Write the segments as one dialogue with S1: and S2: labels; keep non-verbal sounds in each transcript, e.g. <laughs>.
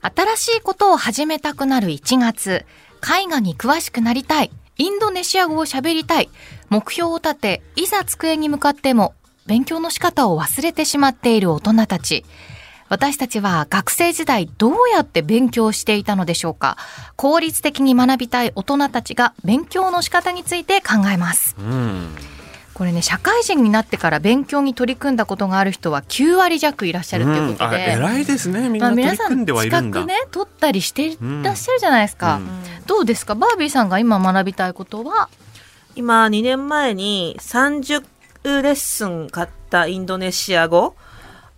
S1: 新しいことを始めたくなる1月、絵画に詳しくなりたい、インドネシア語を喋りたい、目標を立て、いざ机に向かっても、勉強の仕方を忘れてしまっている大人たち。私たちは学生時代どうやって勉強していたのでしょうか効率的に学びたい大人たちが勉強の仕方について考えます。
S2: うん。
S1: これね、社会人になってから勉強に取り組んだことがある人は9割弱いらっしゃるということ
S2: あ
S1: で。
S2: 偉いですね。みん
S1: まあ
S2: な取
S1: 皆
S2: り
S1: さ
S2: 組ん
S1: ん
S2: ではい
S1: 資
S2: るんだ。
S1: 格ね取ったりしていらっしゃるじゃないですか、
S2: うん
S1: どうですかバービーさんが今学びたいことは
S3: 今、2年前に30レッスン買ったインドネシア語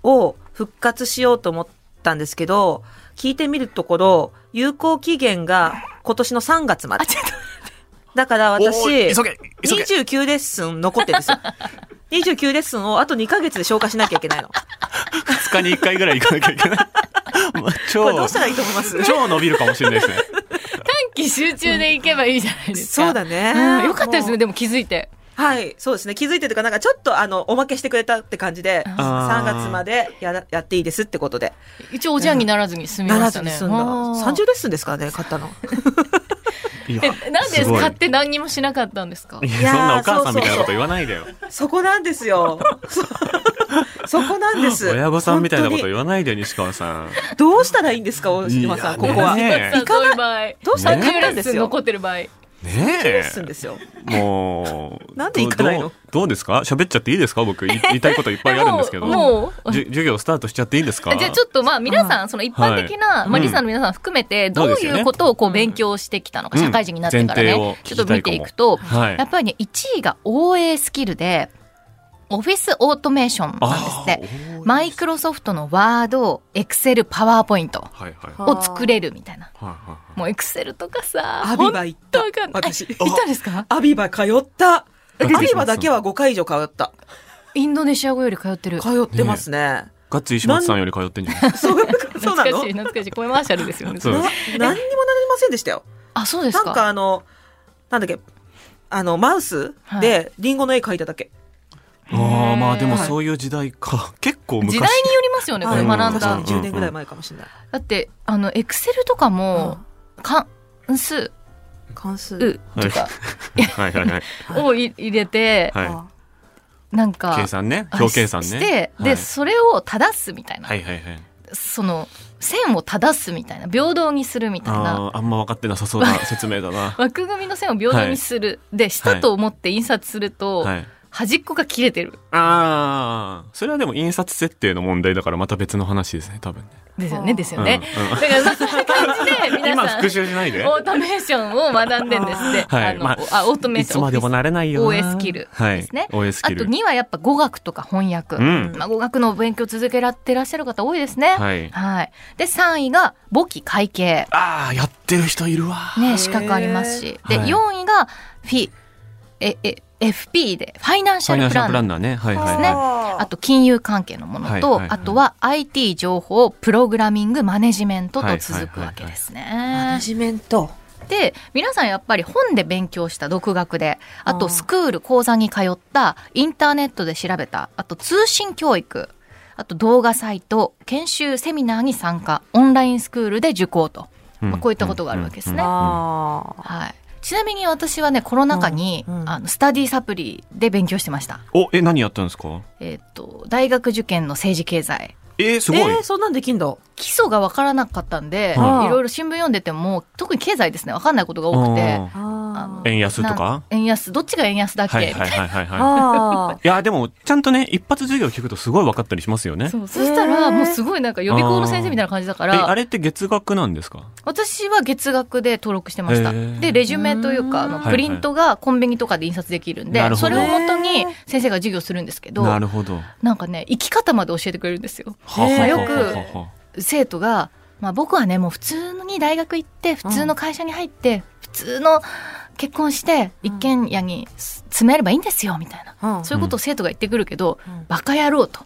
S3: を復活しようと思ったんですけど、聞いてみるところ、有効期限が今年の3月まで。だから
S2: お
S3: 私、
S2: ー急げ急げ。
S3: 29レッスン残ってるんですよ。29レッスンをあと2ヶ月で消化しなきゃいけないの。
S2: 2日に1回ぐらい行かなきゃいけない。まあ
S3: これど
S2: 超
S3: うしたらいいと思います
S2: 超伸びるかもしれないですね。
S1: 短期集中でいけばいいじゃないですか
S3: そうだね。
S1: よかったです
S3: も
S1: ね
S3: う
S1: でも気づいて
S3: はい、そうですね。気づいてというか、なんかちょっとあの、おまけしてくれたって感じで、
S2: あ
S3: 3
S2: ー
S3: 月までやらやっていいですってことで。
S1: 一応おじゃんにならずに済み
S3: な
S1: ま
S3: ら
S1: し
S3: ず
S1: た
S3: に
S1: ね
S3: 済んだ。
S1: あ
S3: 30
S1: ー
S3: レッスンですからね、
S1: <laughs>
S3: 買ったの。
S2: いや
S1: えなんです
S2: ごい
S1: 買って何にもしなかったんですか
S2: いや
S3: いやー
S2: そんなお母さんみたいなこと言わないでよ。
S3: そこなんですよ。そそこなんで
S2: <laughs>
S3: す。
S2: 親御さんみたいなこと
S3: 本
S2: 言わないでよ、西川さん。
S3: 当にどうしたらいいんですか、大島さん、
S2: い
S3: こ
S2: や
S3: こは。
S2: ねえ
S1: さあそういう場合
S3: どうしたら
S1: 30
S3: い
S2: ね
S3: い
S1: レ
S3: ん
S1: ッ
S3: で
S1: ス
S3: す
S1: ン
S3: よ。
S1: 残ってる場合
S2: ね
S3: レッ
S2: え
S3: スン。ですよ。
S2: もう。
S3: なんで行かないの
S2: どうどうですか喋っちゃっていいですか僕、い言いたいこといっぱいあるんですけど。
S1: もうもう
S2: じゅ授業スタートしちゃっていいですか
S1: あじゃあちょっとまあ皆さん、その一般的な、
S2: い
S1: まあ
S2: うん
S1: リサの皆さん含めて、どう
S2: そうですよ
S1: い
S2: ね
S1: うことをこう勉強してきたのか、
S2: うん
S1: 社会人になってからね、
S2: 前提を
S1: ちょ
S2: 聞
S1: っ
S2: き
S1: と
S2: たいかも
S1: 見ていくと、
S2: はい
S1: やっぱりね、1位が OA スキルで、オフィスオートメーションなんですって。
S2: あー
S1: マイクロソフトのワード、エクセル、パワーポイント
S2: はいはい。はい
S1: を作れるみたいな。
S2: はいはい
S1: もうエクセルとかさ、
S3: アビバ行った
S1: 本当わかんない。
S3: 私
S1: え行ったんですか
S3: アビバ通った。ア
S2: びっくりしました
S3: ビバだけは5回以上通った。
S1: インドネシア語より通ってる。
S3: 通ってますね。
S2: ガッツ石松さんより通ってんじゃない
S3: そう、そうな
S1: 懐か
S3: の
S1: しい、懐かしい。コマーシャルですよね。
S2: そう
S3: な何にもなりませんでしたよ。
S1: あ、そうです
S3: なん
S1: か。
S3: かあの、なんだっけ、あの、マウス
S1: はい
S3: でリンゴの絵描いただけ。
S2: ああ、まあでもそういう時代か。 <laughs> 結構昔。
S1: 時代によりますよね、こ
S3: あ
S1: れ
S3: の
S1: 学んだ
S3: 確。かに10年ぐらい前かもしれない。
S1: だってあのエクセルとかも、関数
S3: 関数。
S1: とか
S2: はいはいはい。
S1: をい入れて、
S2: は
S1: なんか
S2: い。計算ね。表計算ね。
S1: して、
S2: はい
S1: でそれを正すみたいな、
S2: はいはいはい。
S1: その線を正すみたいな平等にするみたいな
S2: あーあんま分かってな
S1: <laughs>
S2: さそうな説明だな。
S1: 枠組みの線を平等にする、でしたと思って印刷すると、
S2: はい。
S1: 端っこが切れてる
S2: ああ、それはでも印刷設定の問題だからまた別の話ですね、多分ね。
S1: ですよ
S3: あ
S1: ね
S3: ー
S1: ですよね、
S2: うんうん
S1: だからまあそんな感じで皆
S2: 今
S1: さん
S2: 復習しないで。
S1: オートメーションを学んでんですって、
S2: はい
S1: あの、
S2: ま
S1: あ、オートメー
S2: い
S1: シ
S2: つ
S1: ョン
S2: までもなれないよな。
S1: OS スキルですね
S2: はい。OS ス
S1: あ
S2: キ
S1: と
S2: ル。
S1: 2はやっぱ語学とか翻訳、
S2: うん
S1: まあ、語学の勉強続けらってらっしゃる方多いですね。はい、
S2: はい。
S1: で3位が簿記会計、
S2: ああ、やってる人いるわ。
S1: ね、資格ありますしで、
S2: はい
S1: 4位がフィええ FP でファイナンシ
S2: フ
S1: ャル
S2: ァイナン
S1: プ
S2: シャ
S1: ラ
S2: ル
S1: ン
S2: プランナーね。はいはい
S1: ですね
S2: は
S1: あと金融関係のものと、
S2: はいはいはい
S1: あとは IT 情報プログラミングマネジメントと続くわけですね。
S3: マネジメント。
S1: で皆さんやっぱり本で勉強した独学であ
S3: あ
S1: と
S3: ー
S1: スクール講座に通ったインターネットで調べたあと通信教育あと動画サイト研修セミナーに参加オンラインスクールで受講と、
S2: い。
S1: まあ、こういったことがあるわけですね。
S3: ああ。
S1: はいちなみに私はねコロナ禍に、
S3: うんうん
S1: あのスタディサプリで勉強してました、
S2: お、え、何やったんですか
S1: えっと大学受験の政治経済
S2: えー、す
S3: え
S2: ごい。
S3: ー、そんなんできんだ。
S1: 基礎が分からなかったんで、
S2: はい
S1: いろいろ新聞読んでても特に経済ですね分かんないことが多くて
S2: うん
S3: あ
S2: 円安と
S1: なん
S2: か
S1: 円安どっちが円安だっけ、
S2: はいはいはいはいはい。
S3: あ。
S2: いや、でも、ちゃんとね、一発授業聞くとすごい分かったりしますよね。
S1: そうそしたら、
S3: えー
S1: もうすごいなんか予備校の先生みたいな感じだか
S2: え、あ
S1: ら、
S2: れって月額なんですか
S1: 私は月額で登録してました。
S2: へー
S1: で、レジュメというか、あ
S3: う
S1: の、
S3: ん
S1: プリントがコンビニとかで印刷できるんで、
S2: なる
S1: そ
S2: ほ
S1: れ
S2: ど
S1: をもとに先生が授業するんですけど、
S2: なるほど。は
S1: なんかね、生き方まで教えてくれるんですよ。
S2: あはあ
S3: まあ
S2: はあ
S3: よ
S1: く
S2: はあは
S1: 生徒が、まあ僕はね、もう普通に大学行って、普通の会社に入って、普通の結婚して、一軒家に住めればいいんですよ、みたいな。
S3: うん
S1: そういうことを生徒が言ってくるけど、
S3: うん
S1: バカ野郎と。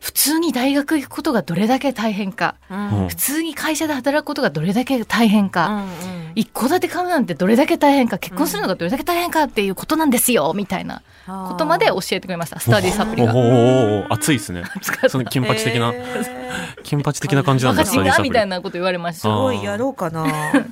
S1: 普通に大学行くことがどれだけ大変か、
S3: うん
S2: うん
S1: 普通に会社で働くことがどれだけ大変か、
S3: うん
S1: 一戸建て買うなんてどれだけ大変か結婚するのがどれだけ大変かっていうことなんですよみたいなことまで教えてくれましたスタディサプリ
S2: お
S1: が
S2: お。おおお熱
S1: <laughs>
S2: いですね。その金八的な、
S3: へー
S2: 金八的な感じなんだ、
S1: 私
S2: スタディ
S1: が
S2: サプ
S1: みたい
S2: リ。
S1: なこと言われまし
S3: す
S1: た。
S2: あ
S3: ごいやろう
S1: <laughs>
S3: かな。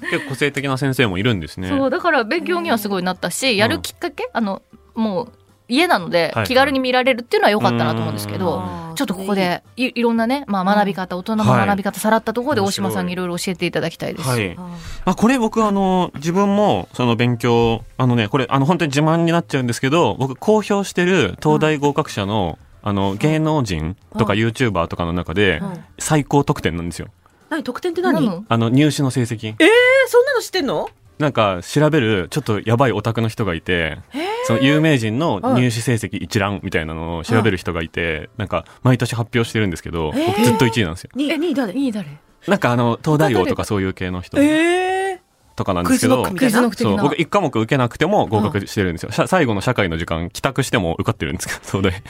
S2: 結構個性的な先生もいるんですね。
S1: そうだから勉強にはすごいなったし、やるきっかけあのもう家なので
S2: はい
S1: 気軽に見られるっていうのは良かったなと思うんですけど、
S2: う
S1: ちょっとここでいいろんなね、まあ、学び方、大人の学び方さらったところで大島さんにいろいろ教えていただきたいです。
S2: はい。
S3: あ
S2: あこれ僕あの自分もその勉強あのねこれあの本当に自慢になっちゃうんですけど僕公表してる東大合格者の、あの芸能人とか
S3: うん
S2: YouTuber とかの中で
S3: ー。うん
S2: 最高得点なんですよ
S3: 何得点って
S1: な
S3: 何？
S1: に
S3: えー
S2: あの入試の成績
S3: そんなの知ってんの？
S2: なんか調べるちょっとやばいオタクの人がいてその有名人の入試成績一覧みたいなのを調べる人がいてなんか毎年発表してるんですけど
S3: え
S2: 僕ずっと1位なんですよ
S3: にに誰？
S1: いい誰
S2: なんかあの東大王とかそういう系の人
S3: え
S2: とかなん
S3: ー。
S2: で
S3: クイ
S2: すけ
S3: ズ
S2: ど
S3: ノックみ
S1: ク
S3: た
S1: イ
S3: い
S1: ズノ
S3: な
S1: ッ。ク的
S2: そう
S1: な。
S2: 僕一科目受けなくても合格してるんですよ、しゃ最後の社会の時間帰宅しても受かってるんですけど東大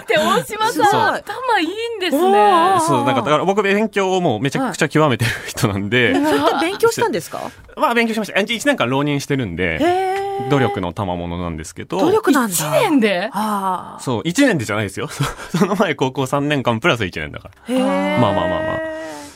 S1: って大島
S3: すごい
S1: さん頭いいんです
S3: お
S1: ね
S3: ー。
S2: そうなんかだから僕勉強をもうめちゃくちゃ極めてる人なんで、
S3: それって勉強したんで
S2: <laughs>
S3: すか？
S2: まあ勉強しました1年間浪人してるんで
S3: えー
S2: 努力の賜物なんですけど
S3: 努力なんだ。
S1: 1年で
S3: ああ。
S2: そう1年でじゃないですよ <laughs> その前高校3年間プラス1年だから
S3: へえ。
S2: まあまあまあまあ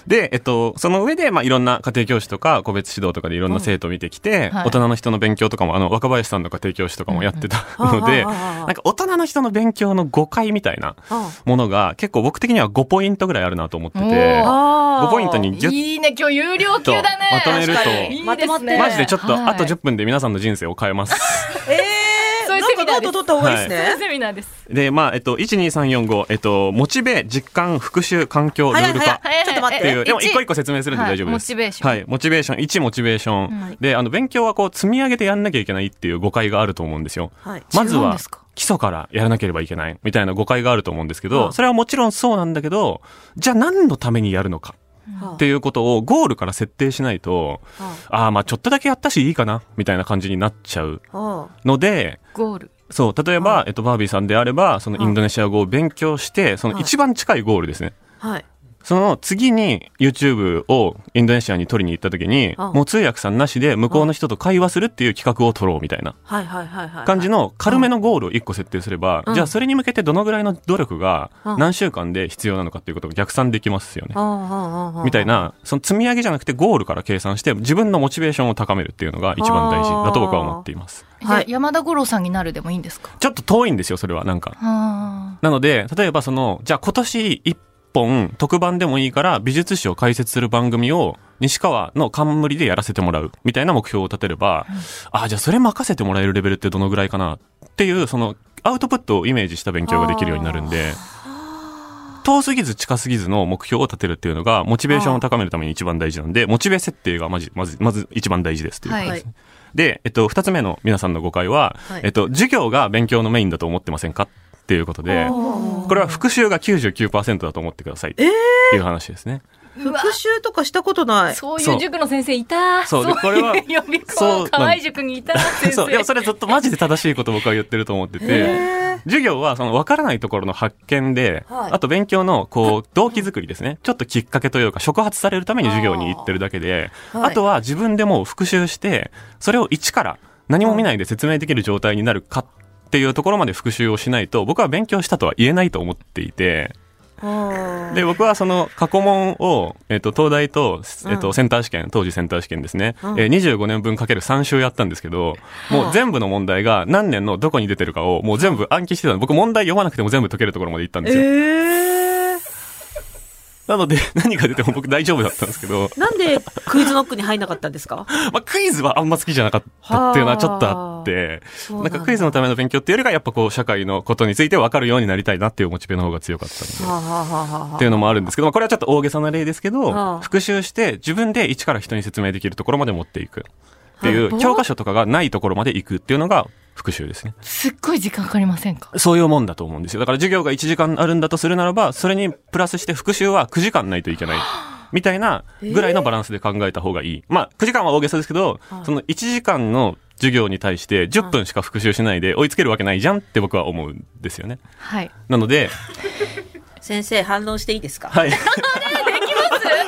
S2: で、えっと、その上で、まあ、いろんな家庭教師とか個別指導とかでいろんな生徒を見てきて、
S1: うんはい
S2: 大人の人の勉強とかもあの若林さんの家庭教師とかもやってたので、
S3: うんうんああああああ
S2: なんか大人の人の勉強の誤解みたいな
S3: あ
S2: ものが結構僕的には5ポイントぐらいあるなと思ってて
S1: おー
S3: あ
S2: 5ポイントにギュッ
S1: いいね今日有料級だね。
S2: とまとめると
S1: 確かにいいですね
S3: まとまってる
S2: マジでちょっと
S1: はい
S2: あと10分で皆さんの人生を変えます。
S3: ええー。
S1: そういう
S3: なん
S1: セミ
S3: か
S1: ナー
S3: ノー
S1: です
S3: ト取った方がいいです
S1: そういう
S3: ね。
S1: セミナーです。
S2: で、まあ、えっと、12345、えっと、モチベ、実感、復習、環境、ル
S3: 早
S2: ー
S3: い
S2: ル化。
S3: 早い。ちょっと待っ
S2: って
S3: て。
S2: いう、でも一個一個説明するんで大丈夫
S1: はい
S2: です。
S1: モチベーション
S2: はい、モチベーション、1モチベーション。
S1: うん
S2: で、あの、勉強はこう、積み上げてやんなきゃいけないっていう誤解があると思うんですよ。
S3: はい。
S2: まず
S1: 違うん
S2: は
S1: ですか、
S2: 基礎からやらなければいけない、みたいな誤解があると思うんですけど、
S3: うん
S2: それはもちろんそうなんだけど、じゃあ何のためにやるのか
S3: はあ
S2: っていうことをゴールから設定しないと、
S3: は
S2: ああ、まあちょっとだけやったしいいかな、みたいな感じになっちゃう
S3: あは
S2: ので、
S1: ゴール。
S2: そう、例えば、えっと、バービーさんであれば、そのインドネシア語を勉強して、その一番近いゴールですね。
S3: あはい。
S2: その次に YouTube をインドネシアに取りに行った時に、
S3: うん
S2: もう通訳さんなしで向こうの人と会話するっていう企画を取ろうみたいな
S3: はいはいはいはい。
S2: 感じ。の軽めのゴールを1個設定すれば、
S3: うん
S2: じゃあそれに向けてどのぐらいの努力が
S3: うん
S2: 何週間で必要なのかっていうことが逆算できますよね
S3: あ。あああああ
S2: みたい。な、その積み上げじゃなくてゴールから計算して自分のモチベーションを高めるっていうのが一番大事だと僕は思っています。
S1: は
S3: はい
S1: い、山田五郎さんになるでもいいんですか
S2: ちょっと遠いんですよ、それはなんか。
S1: あ
S2: なので、例えばその、じゃあ今年一本特番でもいいから美術史を解説する番組を西川の冠でやらせてもらうみたいな目標を立てれば、ああ、じゃあそれ任せてもらえるレベルってどのぐらいかなっていう、そのアウトプットをイメージした勉強ができるようになるんで、遠すぎず近すぎずの目標を立てるっていうのが、モチベーションを高めるために一番大事なんで、モチベ設定がまず、まず、まず一番大事ですっていう感じですね。で、えっと、二つ目の皆さんの誤解は、
S3: はい
S2: えっと、授業が勉強のメインだと思ってませんかっていうことで、
S3: こ
S2: これは復習が99%だと思ってくださいっていう話ですね。
S1: ーうわ
S3: 復習とかしたことない。
S1: そうい
S2: そ
S1: うう塾の先生いた
S2: そうで
S1: いう
S2: これは
S1: 予備
S2: そう
S1: 校河合塾にいた先
S2: そう、でも
S1: 生
S2: それずっとマジで正しいこと僕は言ってると思ってて。
S3: え
S2: 授業はその分からないところの発見で、
S3: はい
S2: あと勉強のこう動機づくりですね。ちょっときっかけというか触発されるために授業に行ってるだけで、
S3: あーはい
S2: あとは自分でもう復習して、それを一から何も見ないで説明できる状態になるかっていうところまで復習をしないと僕は勉強したとは言えないと思っていて、
S3: ー
S2: で、僕はその過去問を、えっ、と、東大と、えっ、
S3: う
S2: と、
S3: ん
S2: センター試験、当時センター試験ですね。
S3: うん
S2: えー25年分かける3週やったんですけど、もう全部の問題が何年のどこに出てるかをもう全部暗記してたの。僕問題読まなくても全部解けるところまで行ったんですよ。
S3: えー
S2: なので、何が出ても僕大丈夫だったんですけ
S3: <laughs>
S2: ど、
S3: なんでクイズノックに入んなかったんですか
S2: まあ、クイズはあんま好きじゃなかったっていうのはちょっとあって、
S3: そう
S2: な
S3: な
S2: ん
S3: んだ
S2: かクイズのための勉強っていうよりか、やっぱこう、社会のことについて分かるようになりたいなっていうモチベの方が強かったんで。
S3: はあはあはあはあ
S2: っていうのもあるんですけど、まあ、これはちょっと大げさな例ですけ
S3: あ
S2: ど、
S3: あ
S2: 復習して自分で一から人に説明できるところまで持っていくってい
S1: あぼ
S2: う、
S1: ー
S2: 教科書とかがないところまで行くっていうのが復習ですね。
S1: すっごい時間かかりませんか
S2: そういうもんだと思うんですよ。だから授業が1時間あるんだとするならば、それにプラスして復習は9時間ないといけない。みたいなぐらいのバランスで考えた方がいい。まあ、9時間は大げさですけど、その1時間の授業に対して10分しか復習しないで追いつけるわけないじゃんって僕は思うんですよね。
S1: はい
S2: なので、
S3: 先生、反論していいですか、
S2: はい。
S3: <laughs>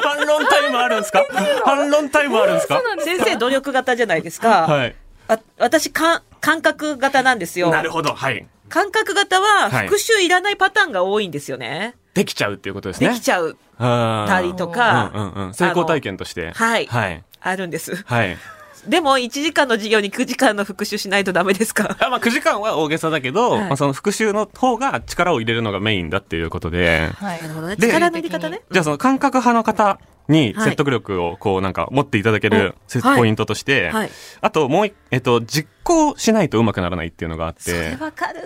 S2: 反論タイムあるんですか反論タイムあるんですか
S3: 先生、努力型じゃないですか。
S2: はい。
S3: あ私かん、感覚型なんですよ。
S2: なるほど。はい。
S3: 感覚型は
S2: はい
S3: 復習いらないパターンが多いんですよね。
S2: できちゃうっていうことですね。
S3: できちゃう
S2: あー
S3: たりとか、
S2: うんうんうん。成功体験として。
S3: はい
S2: はい。
S3: あるんです。
S2: はい。
S3: でも、1時間の授業に9時間の復習しないとダメですか
S2: あまあ、9時間は大げさだけど、
S3: はい
S2: まあ、その復習の方が力を入れるのがメインだっていうことで、
S1: はい
S3: なるほどね。
S2: で
S3: 力の入れ方ね。
S2: じゃあその感覚派の方に説得力をこうなんか持っていただけるせ
S3: はい
S2: ポイントとして、
S3: はい。
S2: あともうい、えっと、実行しないとうまくならないっていうのがあっ
S3: それ
S2: て、
S3: わかる。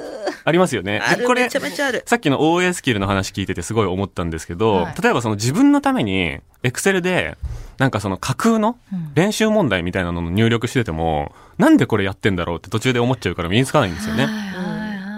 S2: ありますよね。
S3: あ
S2: で
S3: る。
S2: こ
S3: め
S2: れ
S3: ちゃめちゃある。
S2: さっきの OA スキルの話聞いててすごい思ったんですけど、
S1: はい
S2: 例えばその自分のために Excel でなんかその架空の
S1: うん
S2: 練習問題みたいなのの入力してても、なんでこれやってんだろうって途中で思っちゃうから身につかないんですよね。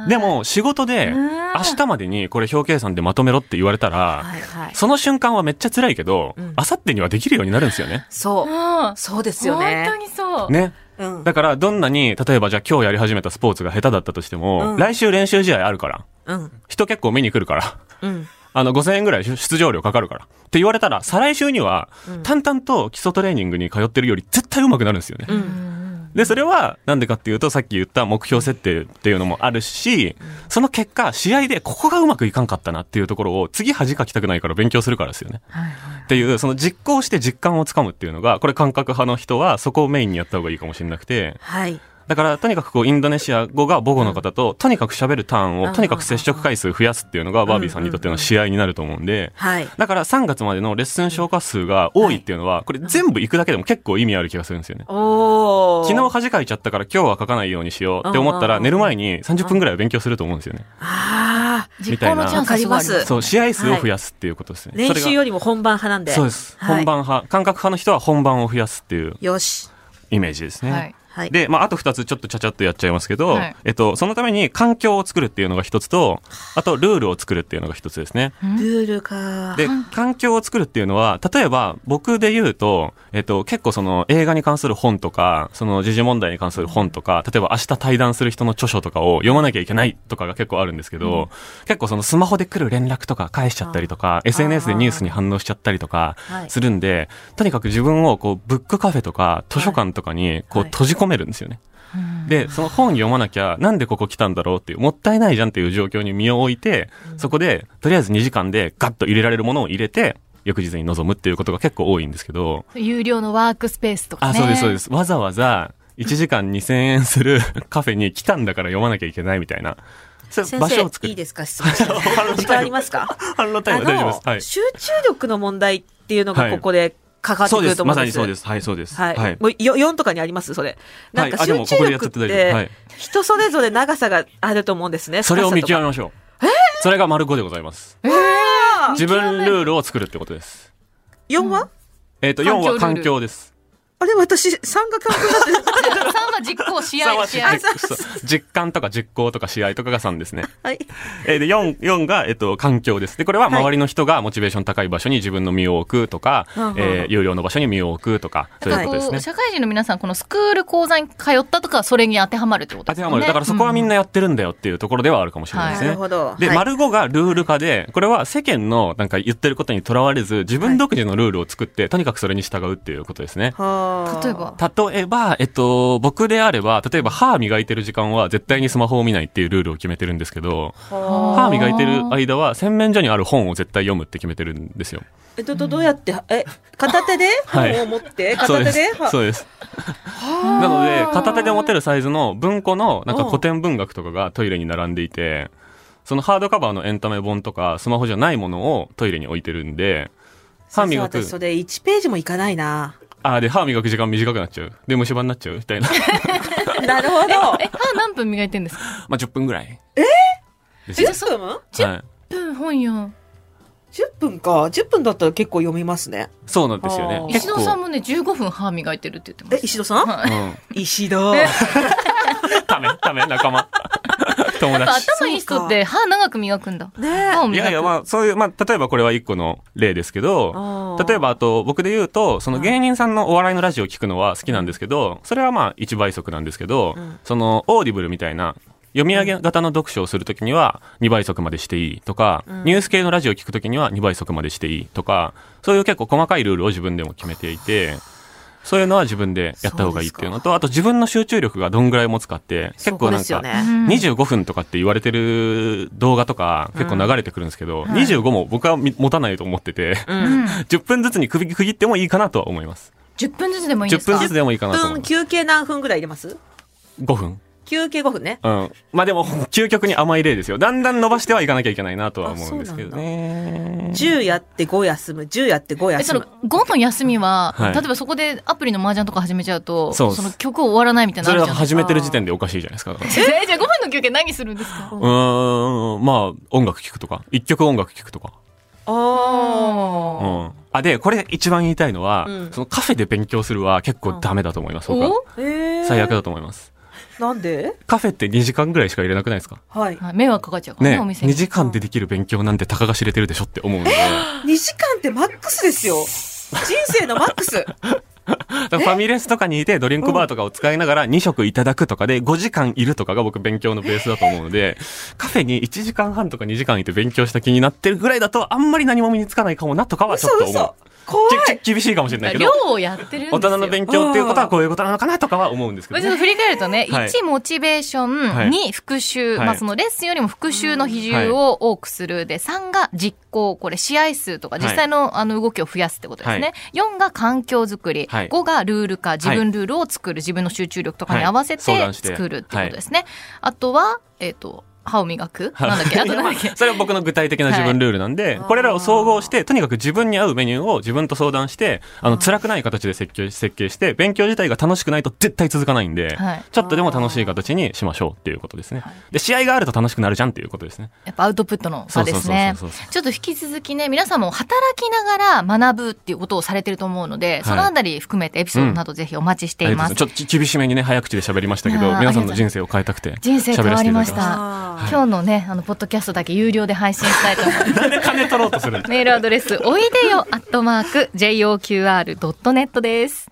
S2: でも仕事で
S1: うん
S2: 明日までにこれ表計算でまとめろって言われたら、
S3: はいはい。
S2: その瞬間はめっちゃ辛いけど
S3: うん、
S2: 明後日にはできるようになるんですよね。
S3: そうう。
S1: ん
S3: そうですよね。
S1: 本当にそう。
S2: ね。
S3: うん。
S2: だからどんなに、例えばじゃあ今日やり始めたスポーツが下手だったとしても、
S3: うん
S2: 来週練習試合あるから、
S3: うん。
S2: 人結構見に来るから、
S3: うん。
S2: あの5000円ぐらい出場料かかるから。って言われたら、再来週には
S3: うん、
S2: 淡々と基礎トレーニングに通ってるより絶対上手くなるんですよね。
S3: う。
S1: うんん
S2: で、それは、なんでかっていうと、さっき言った目標設定っていうのもあるし、その結果、試合でここがうまくいかんかったなっていうところを、次恥かきたくないから勉強するからですよね。
S1: はいはい
S2: っていう、その実行して実感をつかむっていうのが、これ感覚派の人は、そこをメインにやった方がいいかもしれなくて、
S3: はい。
S2: だから、とにかくこう、インドネシア語が母語の方と、とにかく喋るターン
S3: うんうんう
S2: を、
S3: ん
S2: とにかく接触回数増やすっていうのが、バービーさんにとっての試合になると思うんで、
S3: はい。
S2: だから3月までのレッスン消化数が多いっていうのは、これ全部行くだけでも結構意味ある気がするんですよね。
S3: おー。
S2: 昨日恥かいちゃったから今日は書かないようにしようって思った
S3: うんうんうん
S2: ら
S3: うん
S2: 寝る前に30分ぐらいは勉強すると思うんですよね。
S3: ああ。
S1: 実行のチャンスはすごいあ
S3: みたいな
S2: そう、試合数を
S3: はい
S2: 増やすっていうことですね。
S3: 練
S2: そ
S3: 習
S2: れが
S3: よりも本番派なんで。
S2: そうです。
S3: はい
S2: 本番派、感覚派の人は本番を増やすっていう
S3: よし。
S2: イメージですね。
S1: はい
S3: はい。
S2: で、まあ、あと二つちょっとちゃちゃっとやっちゃいますけど、
S1: はい
S2: えっと、そのために環境を作るっていうのが一つと、あとルールを作るっていうのが一つですね。
S1: うん
S3: ルールか。
S2: で、環境を作るっていうのは、例えば僕で言うと、えっと、結構その映画に関する本とか、その時事問題に関する本とか、例えば明日対談する人の著書とかを読まなきゃいけないとかが結構あるんですけど、結構そのスマホで来る連絡とか返しちゃったりとか、SNS でニュースに反応しちゃったりとか
S3: はい
S2: するんで、とにかく自分をこう、ブックカフェとか図書館とかにこう
S3: はい
S2: 閉じ込めるんですよね。
S1: うん
S2: で、その本読まなきゃ、なんでここ来たんだろうっていう、もったいないじゃんっていう状況に身を置いて、そこで、とりあえず2時間でガッと入れられるものを入れて、翌日に臨むっていうことが結構多いんですけど、
S1: 有料のワークスペースとか
S2: あ、
S1: ね。
S2: そうです、そうです。わざわざ、1時間2000円する <laughs> カフェに来たんだから読まなきゃいけないみたいな。そう
S3: 先
S2: 場所を
S3: 生
S2: 作、る。
S3: いいですか質問して
S2: <laughs>
S3: 時間ありますか
S2: 反論タイム大丈夫です。
S3: 集中力の問題っていうのがここでかか
S2: はい。
S3: って
S2: そう
S3: く
S2: で
S3: ると
S2: す。
S3: 思
S2: ま
S3: うん
S2: さ
S3: で
S2: に
S3: す。
S2: そうです。はい、そうです。
S3: はい。もうよ4とかにありますそれ。なんか
S2: はいあ
S3: 集
S2: でも
S3: 中
S2: ここでやっち
S3: 力
S2: ゃ
S3: っ、
S2: ってて大丈夫はい
S3: 人それぞれ長さがあると思うんですね。
S2: それを見極め
S3: め。
S2: ましょう。それが丸5でございます。自分ルールを作るってことです。
S3: 4は、
S2: えっ、と、4は
S1: 環境ルール
S2: 環境です。
S3: あれ私3が関係だ
S2: <laughs>
S3: って。
S1: 3は実行、試
S2: 三
S1: 合、
S2: は
S1: 試
S2: 実
S1: 合。
S2: そう実感とか実行とか試合とかが3ですね。
S3: はい。
S2: えーで、4、四が、えっと、環境です。で、これは周りの人がモチベーション高い場所に自分の身を置くとか、
S3: うん
S2: えー有料の場所に身を置くとか、そういうことです
S1: こ
S2: ね
S1: う。社会人の皆さん、このスクール講座に通ったとかはそれに当てはまるってこと
S2: 当
S1: です
S2: て
S1: よ
S2: は
S1: ね。
S2: まる。だからそこはみんなやってるんだよっていうところではあるかもしれないですね。
S3: なるほど。
S2: で、
S3: はい
S2: 丸5がルール化で、これは世間のなんか言ってることにとらわれず、自分独自のルールを作って、とにかくそれに従うっていうことですね。
S3: はあ
S1: 例えば。
S2: 例えば、えっと、僕であれば、例えば歯磨いてる時間は絶対にスマホを見ないっていうルールを決めてるんですけど、
S3: はあ
S2: 歯磨いてる間は洗面所にある本を絶対読むって決めてるんですよ。
S3: えっと、どどうやって、え、片手で
S2: <laughs> はい
S3: 本を持って、
S2: <laughs> そ
S3: 片
S2: うで。
S3: 手です
S2: そうです。なので、片手で持てるサイズの文庫のなんか古典文学とかがトイレに並んでいて、そのハードカバーのエンタメ本とかスマホじゃないものをトイレに置いてるんで、歯
S3: 先生
S2: 磨く
S3: 私、それ1ページもいかないな。
S2: <laughs> あーで歯磨く時間短くなっちゃう。で、虫歯になっちゃうみたいな。 <laughs>
S3: なるほど。
S1: え、歯何分磨いてんですか
S2: まあ、10分ぐらい。えですよ。
S3: 10分
S2: はい。
S1: 分本読
S3: ?10 分か。10分だったら結構読みますね。
S2: そうなんですよ
S3: あ
S2: ね。
S3: ー
S1: 石
S2: 結
S1: 野さん
S2: 構。
S1: もね、15分歯磨いてるって言ってま
S3: え、
S1: す。
S3: 石戸さん
S1: はい
S2: うん。
S3: 石戸。
S2: ため、ため、仲
S3: <laughs>
S2: 間。友
S1: やっぱ
S2: 達。
S1: 頭いい人って歯長く磨くんだ。
S3: ね
S1: 歯を
S2: い
S1: 磨く。
S2: やいや、まあ、そういう、まあ、例えばこれは一個の例ですけ
S3: あ
S2: ど、
S3: ー
S2: 例えばあと、僕で言うと、その芸人さんのお笑いのラジオを聞くのは好きなんですけど、それはまあ、一倍速なんですけど
S3: うん、
S2: その、オーディブルみたいな、読み上げ型の読書をするときには2倍速までしていいとか、ニュース系のラジオを聞くときには2倍速までしていいとか、そういう結構細かいルールを自分でも決めていて、そういうのは自分でやった方がいいっていうのと、あと自分の集中力がどんぐらい持つかって、結構
S3: そこ
S2: な
S3: で
S2: ん
S3: すよ
S2: か、
S3: ね。
S2: 25分とかって言われてる動画とか結構流れてくるんですけど、25も僕はみ持たないと思って <laughs> て、
S3: う。
S1: うんん、
S2: 10分ずつに区切ってもいいかなとは思います。
S1: 10分ずつでもいいんで
S2: 10
S1: すか
S2: 分ずつでもいいかなと思い
S3: 分
S2: ます。
S3: 休憩何分ぐらい入れます
S2: 5分。
S3: 休憩5分ね。
S2: うん。まあでも、究極に甘い例ですよ。だんだん伸ばしてはいかなきゃいけないなとは思うんですけどね。
S3: 10やって5休む、10やって5
S1: えそ
S3: 休
S1: の
S3: む。
S1: 5の休みは、
S2: はい
S1: 例えばそこでアプリの麻雀とか始めちゃうと
S2: そう
S1: そ
S2: です
S1: の曲終わらないみたいな
S2: そ
S1: のあ
S2: れ
S1: る
S2: は
S1: じゃないですか
S2: 始めてる時点でおかしいじゃないですか。
S1: えじゃあ5分の休憩何するんですか
S2: うーん、まあ、音楽聴くとか、一曲音楽聴くとか。う
S3: あ
S2: ん。あ、で、これ一番言いたいのは、
S3: うん
S2: そのカフェで勉強するは結構ダメだと思います、僕は。
S1: お
S3: あ。えー
S2: 最悪だと思います。
S3: なんで
S2: カフェって2時間ぐらいしか入れなくないですか
S3: はい。
S1: あ迷惑かかっちゃうからね
S2: ね
S1: お店
S2: 2
S1: に
S2: 時間でできる勉強なんてたかが知れてるでしょって思
S1: <laughs>
S2: うので、
S3: 2時間ってマックスですよ。人生のマックス。
S2: だからファミレスとかにいてドリンクバーとかを使いながら2食いただくとかで5時間いるとかが僕勉強のベースだと思うので、カフェに1時間半とか2時間いて勉強した気になってるぐらいだとあんまり何も身につかないかもなとかはち
S3: 嘘
S2: ょっと思う
S3: 嘘。。怖い。
S2: ちょっと厳しいかもしれないけど
S1: 量、をやってるんですよ
S2: 大人の勉強っていうことはこういうことなのかなとかは思うんですけ
S1: ま
S2: ど
S1: あちょっと振
S2: ね。
S1: り返るとね、
S2: はい
S1: 1、モチベーション、
S2: はい
S1: 2、復習、
S2: はい
S1: まあそのレッスンよりも復習の比重を多くする、で、3が実行、これ試合数とか
S2: はい
S1: 実際のあの動きを増やすってことですね。4が環境づくり、
S2: はい
S1: 5がルール化、自分ルールを作る、自分の集中力とかに合わせて
S2: はい相談して
S1: 作るってことですね。あとは、えっ、と、歯を磨くなんだっけあとなんだっ
S2: <laughs>
S1: け
S2: それは僕の具体的な自分ルールなんで、
S3: はい
S2: これらを総合して、とにかく自分に合うメニューを自分と相談して、あの、辛くない形で設計設計して、勉強自体が楽しくないと絶対続かないんで、
S1: はい
S2: ちょっとでも楽しい形にしましょうっていうことですね。で、試合があると楽しくなるじゃんっていうことですね。
S1: やっぱアウトプットの場ですね
S2: そうそうそうそうそう。
S1: ちょっと引き続きね、皆さんも働きながら学ぶっていうことをされてると思うので、そのあたり含めてエピソードなどぜひお待ちしています。
S2: ありがとうござますちょっと厳しめにね、早口で喋りましたけど
S1: あ、ー
S2: 皆さんの人生を変えたくて。
S1: 人生変わりました
S2: 喋ら
S3: あ
S1: 今日のね、あの、ポッドキャストだけ有料で配信したいと思います。
S2: せていただきまし
S1: <laughs>
S2: た。なんで金取ろうとするんですか
S1: メールアドレス、おいでよ、アットマーク、JOQR.net です。